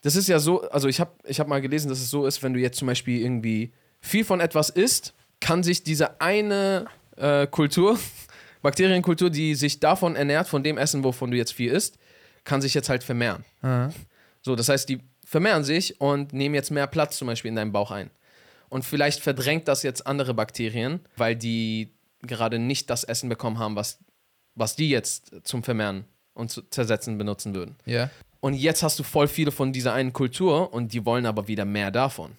Speaker 2: das ist ja so, also ich habe ich hab mal gelesen, dass es so ist, wenn du jetzt zum Beispiel irgendwie viel von etwas isst, kann sich diese eine äh, Kultur, *laughs* Bakterienkultur, die sich davon ernährt, von dem Essen, wovon du jetzt viel isst, kann sich jetzt halt vermehren. So, das heißt, die vermehren sich und nehmen jetzt mehr Platz zum Beispiel in deinem Bauch ein. Und vielleicht verdrängt das jetzt andere Bakterien, weil die gerade nicht das Essen bekommen haben, was, was die jetzt zum Vermehren und zu Zersetzen benutzen würden.
Speaker 1: Ja.
Speaker 2: Und jetzt hast du voll viele von dieser einen Kultur und die wollen aber wieder mehr davon.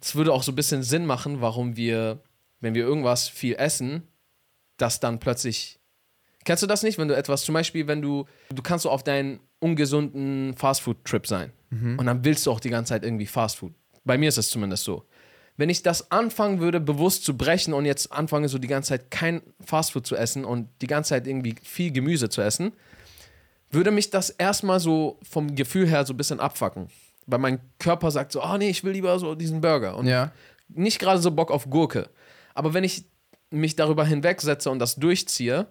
Speaker 2: Es würde auch so ein bisschen Sinn machen, warum wir, wenn wir irgendwas viel essen, das dann plötzlich Kennst du das nicht, wenn du etwas, zum Beispiel, wenn du, du kannst so auf deinen ungesunden Fastfood-Trip sein und dann willst du auch die ganze Zeit irgendwie Fastfood. Bei mir ist es zumindest so. Wenn ich das anfangen würde, bewusst zu brechen und jetzt anfange, so die ganze Zeit kein Fastfood zu essen und die ganze Zeit irgendwie viel Gemüse zu essen, würde mich das erstmal so vom Gefühl her so ein bisschen abfacken. Weil mein Körper sagt so, ah nee, ich will lieber so diesen Burger. Und
Speaker 1: Ja.
Speaker 2: nicht gerade so Bock auf Gurke. Aber wenn ich mich darüber hinwegsetze und das durchziehe,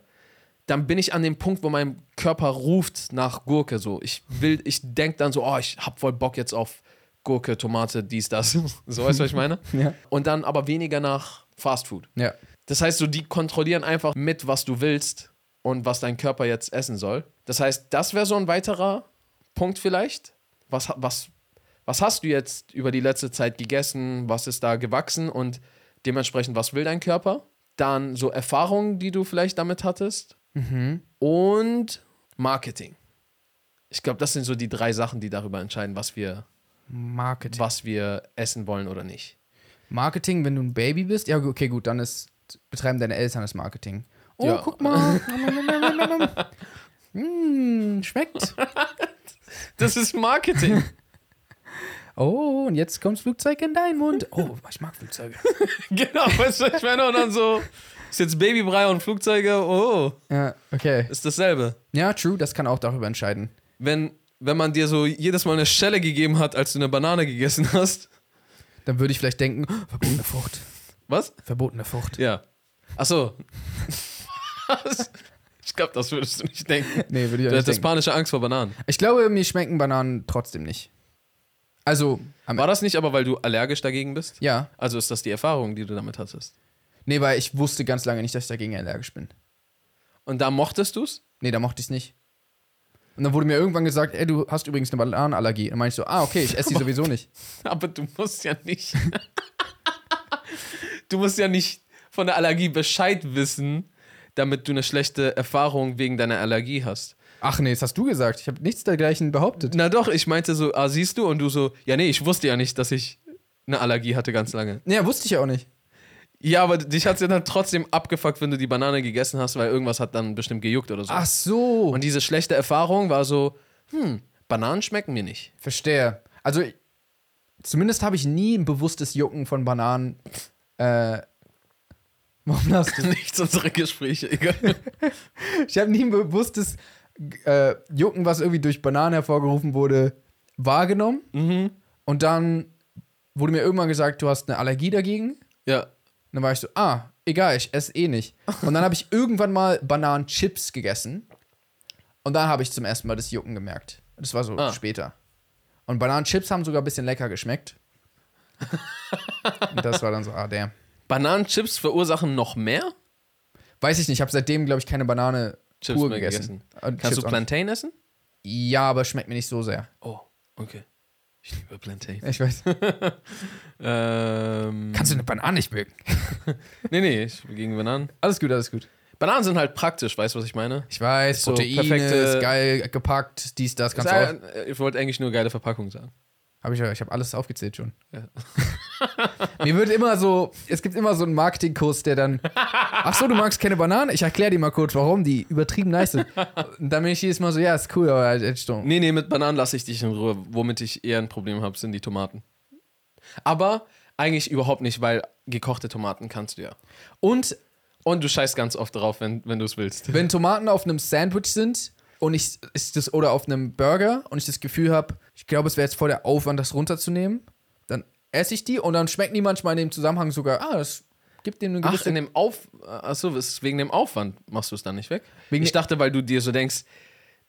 Speaker 2: dann bin ich an dem Punkt, wo mein Körper ruft nach Gurke. So, ich will, ich denke dann so, oh, ich hab voll Bock jetzt auf Gurke, Tomate, dies, das. *laughs* So, weißt du, was ich meine?
Speaker 1: Ja.
Speaker 2: Und dann aber weniger nach Fast Food.
Speaker 1: Ja.
Speaker 2: Das heißt, so die kontrollieren einfach mit, was du willst und was dein Körper jetzt essen soll. Das heißt, das wäre so ein weiterer Punkt vielleicht. Was, ha- was, was hast du jetzt über die letzte Zeit gegessen? Was ist da gewachsen? Und dementsprechend, was will dein Körper? Dann so Erfahrungen, die du vielleicht damit hattest. Und Marketing. Ich glaube, das sind so die drei Sachen, die darüber entscheiden, was wir,
Speaker 1: Marketing.
Speaker 2: was wir essen wollen oder nicht.
Speaker 1: Marketing, wenn du ein Baby bist? Ja, okay, gut, dann ist, betreiben deine Eltern das Marketing. Oh,
Speaker 2: Ja. *laughs*
Speaker 1: guck mal. mm, schmeckt.
Speaker 2: Das ist Marketing.
Speaker 1: Oh, und jetzt kommt Flugzeug in deinen Mund. Oh, ich mag Flugzeuge.
Speaker 2: Genau, weißt du, ich meine, und dann so, ist jetzt Babybrei und Flugzeuge, oh,
Speaker 1: *laughs* Ja, okay.
Speaker 2: ist dasselbe.
Speaker 1: Ja, true, das kann auch darüber entscheiden.
Speaker 2: Wenn, wenn man dir so jedes Mal eine Schelle gegeben hat, als du eine Banane gegessen hast,
Speaker 1: Dann würde ich vielleicht denken, *gasps* oh, verbotene Frucht.
Speaker 2: was?
Speaker 1: Verbotene Frucht.
Speaker 2: Ja. Achso. *laughs* Was? Ich glaube, das würdest du nicht denken.
Speaker 1: Nee, würde ich auch
Speaker 2: Du
Speaker 1: nicht
Speaker 2: hättest
Speaker 1: denken.
Speaker 2: panische Angst vor Bananen.
Speaker 1: Ich glaube, mir schmecken Bananen trotzdem nicht. Also, am,
Speaker 2: War das nicht aber, weil du allergisch dagegen bist?
Speaker 1: ja.
Speaker 2: Also ist das die Erfahrung, die du damit hattest.
Speaker 1: Nee, weil ich wusste ganz lange nicht, dass ich dagegen allergisch bin.
Speaker 2: Und da mochtest du es?
Speaker 1: Nee, da mochte ich es nicht. Und dann wurde mir irgendwann gesagt, ey, du hast übrigens eine Bananenallergie. Und meinte ich so, ah, okay, ich esse die *laughs* sowieso nicht.
Speaker 2: Aber du musst ja nicht. du musst ja nicht von der Allergie Bescheid wissen, damit du eine schlechte Erfahrung wegen deiner Allergie hast.
Speaker 1: Ach nee, das hast du gesagt. Ich habe nichts dergleichen behauptet.
Speaker 2: Na doch, ich meinte so, ah, siehst du? Und du so, ja, nee, ich wusste ja nicht, dass ich eine Allergie hatte ganz lange.
Speaker 1: Nee, wusste ich ja auch nicht.
Speaker 2: Ja, aber dich hat es ja dann trotzdem abgefuckt, wenn du die Banane gegessen hast, weil irgendwas hat dann bestimmt gejuckt oder so.
Speaker 1: Ach so.
Speaker 2: Und diese schlechte Erfahrung war so, hm, Bananen schmecken mir nicht.
Speaker 1: Verstehe. Also, ich- zumindest habe ich nie ein bewusstes Jucken von Bananen. Äh, *laughs* warum lachst du?
Speaker 2: *laughs* Nichts unsere Gespräche, egal.
Speaker 1: Ich habe nie ein bewusstes äh, Jucken, was irgendwie durch Bananen hervorgerufen wurde, wahrgenommen.
Speaker 2: Mhm.
Speaker 1: Und dann wurde mir irgendwann gesagt, du hast eine Allergie dagegen. Und
Speaker 2: ja.
Speaker 1: dann war ich so, ah, egal, ich esse eh nicht. Und dann habe ich irgendwann mal Bananenchips gegessen. Und dann habe ich zum ersten Mal das Jucken gemerkt. Das war so
Speaker 2: Ah.
Speaker 1: später. Und Bananenchips haben sogar ein bisschen lecker geschmeckt. Und das war dann so, ah, der.
Speaker 2: Bananenchips verursachen noch mehr?
Speaker 1: Weiß ich nicht, ich habe seitdem, glaube ich, keine Banane
Speaker 2: Chips
Speaker 1: pur
Speaker 2: mehr
Speaker 1: gegessen.
Speaker 2: gegessen.
Speaker 1: Und
Speaker 2: Kannst
Speaker 1: Chips
Speaker 2: du
Speaker 1: auch nicht.
Speaker 2: Plantain essen?
Speaker 1: Ja, aber schmeckt mir nicht so sehr.
Speaker 2: Oh, okay. Ich liebe Plantain.
Speaker 1: Ich weiß.
Speaker 2: Ähm,
Speaker 1: Kannst du eine Banane nicht mögen?
Speaker 2: nee, nee, ich bin gegen Bananen.
Speaker 1: Alles gut, alles gut.
Speaker 2: Bananen sind halt praktisch, weißt du, was ich meine?
Speaker 1: Ich weiß,
Speaker 2: So,
Speaker 1: Proteine
Speaker 2: perfekte-
Speaker 1: ist geil gepackt, dies, das, kannst du auch.
Speaker 2: Sei- äh, ich wollte eigentlich nur geile Verpackung sagen.
Speaker 1: Hab ich, ja- ich habe alles aufgezählt schon.
Speaker 2: Ja.
Speaker 1: *laughs* Mir wird immer so, es gibt immer so einen Marketingkurs, der dann, ach so, du magst keine Bananen? Ich erkläre dir mal kurz, warum die übertrieben nice sind. Und dann bin ich jedes Mal so, ja, ist cool, aber halt, echt dumm.
Speaker 2: Nee, nee, mit Bananen lasse ich dich in Ruhe. Womit ich eher ein Problem habe, sind die Tomaten. Aber eigentlich überhaupt nicht, weil gekochte Tomaten kannst du ja.
Speaker 1: Und
Speaker 2: Und du scheißt ganz oft drauf, wenn, wenn du es willst.
Speaker 1: wenn Tomaten auf einem Sandwich sind und ich ist das oder auf einem Burger und ich das Gefühl habe, ich glaube, es wäre jetzt voll der Aufwand, das runterzunehmen, dann esse ich die und dann schmecken die manchmal in dem Zusammenhang sogar, ah, das gibt dem eine
Speaker 2: Ach,
Speaker 1: gewisse
Speaker 2: in dem Auf. Achso, es ist wegen dem Aufwand machst du es dann nicht weg?
Speaker 1: Wegen-
Speaker 2: ich dachte, weil du dir so denkst,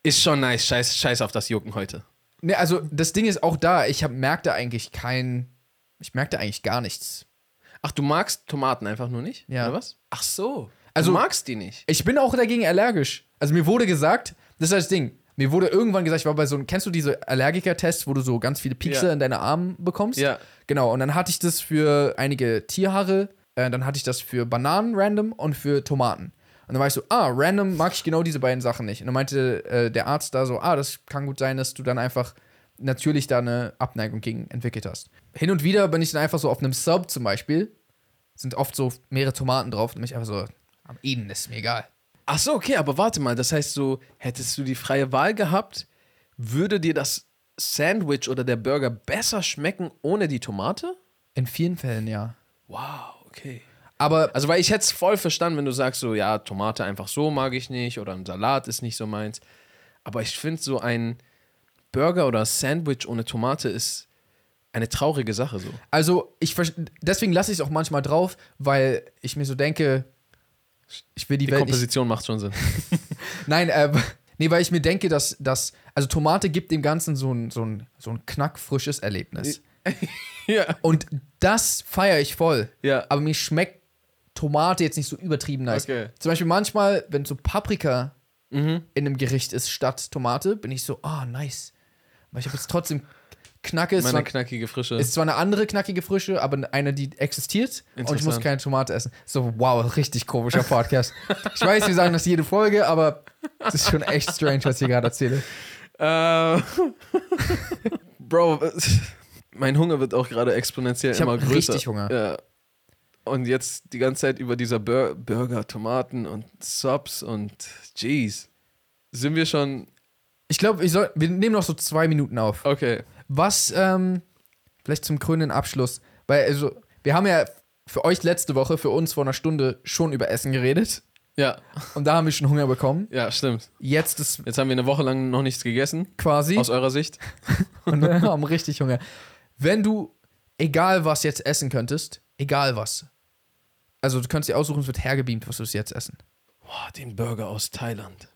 Speaker 2: ist schon nice, scheiß, scheiß auf das Jucken heute.
Speaker 1: Ne, also das Ding ist auch da, ich hab, merkte eigentlich kein. Ich merkte eigentlich gar nichts.
Speaker 2: Ach, du magst Tomaten einfach nur nicht?
Speaker 1: Ja.
Speaker 2: Oder was? Ach so.
Speaker 1: Also-
Speaker 2: du magst die nicht.
Speaker 1: Ich bin auch dagegen allergisch. Also mir wurde gesagt, das ist das Ding. Mir wurde irgendwann gesagt, ich war bei so einem, kennst du diese Allergiker-Tests, wo du so ganz viele Piekser
Speaker 2: Ja.
Speaker 1: in deine Arme bekommst?
Speaker 2: Ja.
Speaker 1: Genau, und dann hatte ich das für einige Tierhaare, äh, dann hatte ich das für Bananen random und für Tomaten. Und dann war ich so, ah, random mag ich genau diese beiden Sachen nicht. Und dann meinte äh, der Arzt da so, ah, das kann gut sein, dass du dann einfach natürlich da eine Abneigung gegen entwickelt hast. Hin und wieder bin ich dann einfach so auf einem Sub zum Beispiel, sind oft so mehrere Tomaten drauf und mich einfach so, am Eden ist mir egal.
Speaker 2: Ach so, okay, aber warte mal. Das heißt so, hättest du die freie Wahl gehabt, würde dir das Sandwich oder der Burger besser schmecken ohne die Tomate?
Speaker 1: In vielen Fällen, ja.
Speaker 2: Wow, okay.
Speaker 1: Aber
Speaker 2: Also, weil ich hätte es voll verstanden, wenn du sagst, so, ja, Tomate einfach so mag ich nicht oder ein Salat ist nicht so meins. Aber ich finde, so ein Burger oder Sandwich ohne Tomate ist eine traurige Sache so.
Speaker 1: Also, ich ver- deswegen lasse ich es auch manchmal drauf, weil ich mir so denke, ich will die,
Speaker 2: Die
Speaker 1: Welt nicht.
Speaker 2: Komposition macht schon Sinn.
Speaker 1: Nein, äh, *laughs* nee, weil ich mir denke, dass das also Tomate gibt dem Ganzen so ein so ein so ein knackfrisches Erlebnis.
Speaker 2: *laughs* ja.
Speaker 1: Und das feiere ich voll.
Speaker 2: Ja.
Speaker 1: Aber mir schmeckt Tomate jetzt nicht so übertrieben nice.
Speaker 2: Okay.
Speaker 1: Zum Beispiel manchmal, wenn so Paprika
Speaker 2: Mhm.
Speaker 1: in einem Gericht ist statt Tomate, bin ich so, ah, nice. Aber ich habe jetzt trotzdem Knacke. es war-
Speaker 2: Meine knackige Frische.
Speaker 1: Ist zwar eine andere knackige Frische, aber eine, die existiert. Und ich muss
Speaker 2: Interessant.
Speaker 1: keine Tomate essen. So, wow, richtig komischer Podcast. ich weiß, wir sagen das jede Folge, aber es ist schon echt strange, was ich hier gerade erzähle.
Speaker 2: *laughs* Äh, Bro, *laughs* mein Hunger wird auch gerade exponentiell
Speaker 1: Ich hab
Speaker 2: immer größer.
Speaker 1: richtig Hunger.
Speaker 2: Ja. Und jetzt die ganze Zeit über dieser Bur Burger, Tomaten und Subs und Jeez. Sind wir schon.
Speaker 1: Ich glaube, ich soll, wir nehmen noch so zwei Minuten auf.
Speaker 2: Okay.
Speaker 1: Was, ähm, vielleicht zum krönenden Abschluss, weil, also, wir haben ja für euch letzte Woche, für uns vor einer Stunde schon über Essen geredet
Speaker 2: Ja,
Speaker 1: und da haben wir schon Hunger bekommen.
Speaker 2: ja, stimmt.
Speaker 1: Jetzt ist
Speaker 2: Jetzt haben wir eine Woche lang noch nichts gegessen,
Speaker 1: quasi.
Speaker 2: aus eurer Sicht.
Speaker 1: und *laughs* wir haben richtig Hunger. Wenn du egal was jetzt essen könntest, egal was. Also du könntest dir aussuchen, es wird hergebeamt, was du jetzt essen.
Speaker 2: Boah, den Burger aus Thailand.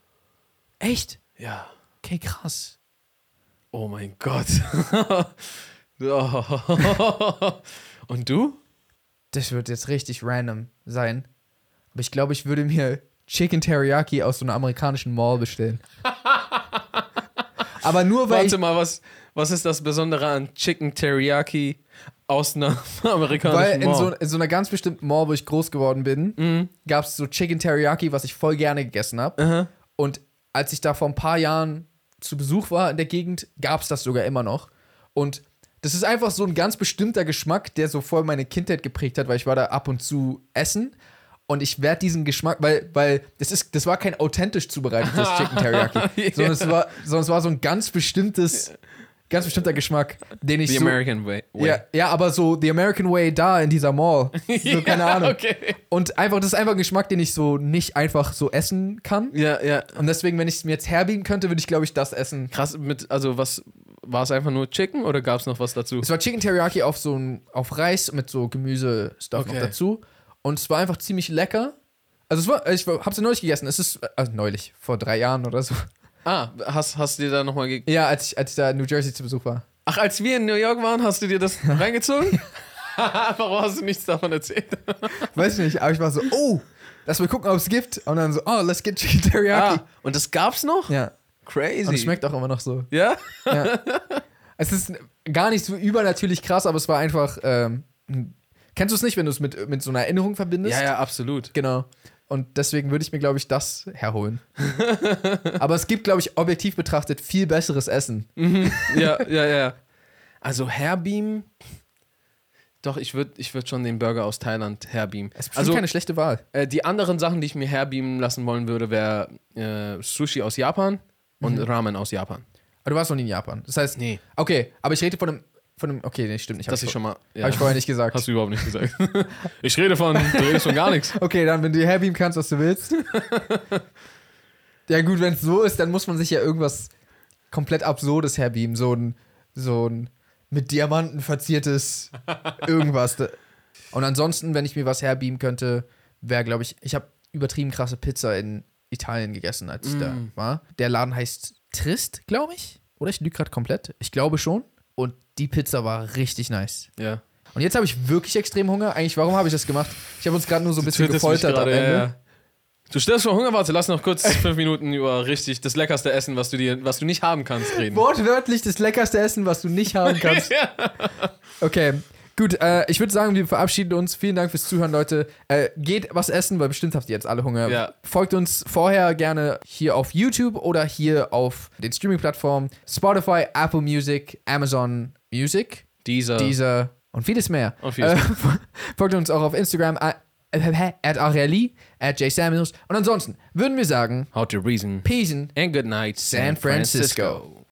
Speaker 1: Echt?
Speaker 2: Ja.
Speaker 1: Okay, krass.
Speaker 2: Oh mein Gott. *laughs* Oh. und du?
Speaker 1: Das wird jetzt richtig random sein. Aber ich glaube, ich würde mir Chicken Teriyaki aus so einer amerikanischen Mall *laughs* bestellen. Aber nur weil
Speaker 2: Warte mal, was, was ist das Besondere an Chicken Teriyaki aus einer *laughs*
Speaker 1: ich, weil
Speaker 2: amerikanischen
Speaker 1: in so,
Speaker 2: Mall?
Speaker 1: in so einer ganz bestimmten Mall, wo ich groß geworden bin, gab es so Chicken Teriyaki, was ich voll gerne gegessen habe.
Speaker 2: Aha.
Speaker 1: Und als ich da vor ein paar Jahren zu Besuch war in der Gegend, gab es das sogar immer noch. Und das ist einfach so ein ganz bestimmter Geschmack, der so voll meine Kindheit geprägt hat, weil ich war da ab und zu essen. Und ich werde diesen Geschmack, weil, weil das ist, das war kein
Speaker 2: *laughs*
Speaker 1: authentisch zubereitetes Chicken Teriyaki, sondern, es war, sondern es war so ein ganz bestimmtes, ganz bestimmter Geschmack, den ich
Speaker 2: The
Speaker 1: so,
Speaker 2: American Way. way.
Speaker 1: ja, ja, aber so The American Way da in dieser Mall,
Speaker 2: *laughs*
Speaker 1: so keine Ahnung.
Speaker 2: Okay.
Speaker 1: Und einfach, das ist einfach ein Geschmack, den ich so nicht einfach so essen kann.
Speaker 2: Ja, ja.
Speaker 1: Und deswegen, wenn ich es mir jetzt herbieten könnte, würde ich, glaube ich, das essen.
Speaker 2: Krass, mit, also was, war es einfach nur Chicken oder gab es noch was dazu?
Speaker 1: Es war Chicken Teriyaki auf so ein, auf Reis mit so Gemüse-Stuff noch
Speaker 2: Okay.
Speaker 1: dazu. Und es war einfach ziemlich lecker. Also es war, ich hab's neulich gegessen. Es ist, also neulich, vor drei Jahren oder so. *laughs*
Speaker 2: Ah, hast, hast du dir da nochmal ge...
Speaker 1: Ja, als ich, als ich da in New Jersey zu Besuch war.
Speaker 2: Ach, als wir in New York waren, hast du dir das *laughs* reingezogen? Warum hast du nichts davon erzählt?
Speaker 1: Weiß nicht, aber ich war so, oh, lass mal gucken, ob es gibt. Und dann so, oh, let's get Chicken Teriyaki.
Speaker 2: Ah, und das gab's noch?
Speaker 1: Ja.
Speaker 2: Crazy.
Speaker 1: Und es schmeckt auch immer noch so.
Speaker 2: ja?
Speaker 1: Es ist gar nicht so übernatürlich krass, aber es war einfach, ähm, kennst du es nicht, wenn du es mit, mit so einer Erinnerung verbindest?
Speaker 2: Ja, ja, absolut.
Speaker 1: Genau. Und deswegen würde ich mir, glaube ich, das
Speaker 2: *laughs*
Speaker 1: herholen. Aber es gibt, glaube ich, objektiv betrachtet viel besseres Essen.
Speaker 2: ja, ja, ja. Also Herbeam. Doch, ich würde ich würd schon den Burger aus Thailand herbeamen.
Speaker 1: Es ist bestimmt
Speaker 2: Also
Speaker 1: keine schlechte Wahl.
Speaker 2: äh, die anderen Sachen, die ich mir herbeamen lassen wollen würde, wäre äh, Sushi aus Japan und Ramen aus Japan.
Speaker 1: Aber du warst noch nie in Japan. Das heißt,
Speaker 2: Mhm. Nee.
Speaker 1: okay, aber ich rede von einem, von einem, okay, nee, stimmt nicht.
Speaker 2: Das
Speaker 1: hab
Speaker 2: ist schon mal.
Speaker 1: vor-
Speaker 2: Ja.
Speaker 1: Hab ich
Speaker 2: *laughs*
Speaker 1: vorher nicht gesagt.
Speaker 2: Hast du überhaupt nicht gesagt. *laughs* ich rede von, du redest von gar nichts.
Speaker 1: Okay, dann, wenn du herbeamen kannst, was du willst. ja gut, wenn es so ist, dann muss man sich ja irgendwas komplett Absurdes herbeamen. So ein, so ein mit Diamanten verziertes irgendwas. Und ansonsten, wenn ich mir was herbeamen könnte, wäre, glaube ich, ich habe übertrieben krasse Pizza in Italien gegessen, als ich da war. Der Laden heißt Trist, glaube ich. Oder ich lüge gerade komplett. Ich glaube schon. Und die Pizza war richtig nice.
Speaker 2: Ja.
Speaker 1: Und jetzt habe ich wirklich extrem Hunger. Eigentlich, warum habe ich das gemacht? Ich habe uns gerade nur so ein bisschen
Speaker 2: Tötest mich
Speaker 1: gefoltert am
Speaker 2: gerade, ja,
Speaker 1: Ende.
Speaker 2: ja. Du stirbst vor Hunger, warte, lass noch kurz fünf Minuten über richtig das leckerste Essen, was du dir, was du nicht haben kannst, reden.
Speaker 1: Wortwörtlich das leckerste Essen, was du
Speaker 2: *laughs*
Speaker 1: nicht haben kannst. Okay. Gut, äh, ich würde sagen, wir verabschieden uns. Vielen Dank fürs Zuhören, Leute. Äh, geht was essen, weil bestimmt habt ihr jetzt alle Hunger.
Speaker 2: Ja.
Speaker 1: Folgt uns vorher gerne hier auf YouTube oder hier auf den Streaming-Plattformen Spotify, Apple Music, Amazon Music,
Speaker 2: *laughs* Dieser.
Speaker 1: Deezer und vieles mehr.
Speaker 2: Und vieles
Speaker 1: Äh, folgt uns auch auf Instagram, äh, äh, äh, at Arelli, at Jay Samuels. Und ansonsten würden wir sagen,
Speaker 2: How to reason.
Speaker 1: Peace in
Speaker 2: And good night,
Speaker 1: San Francisco.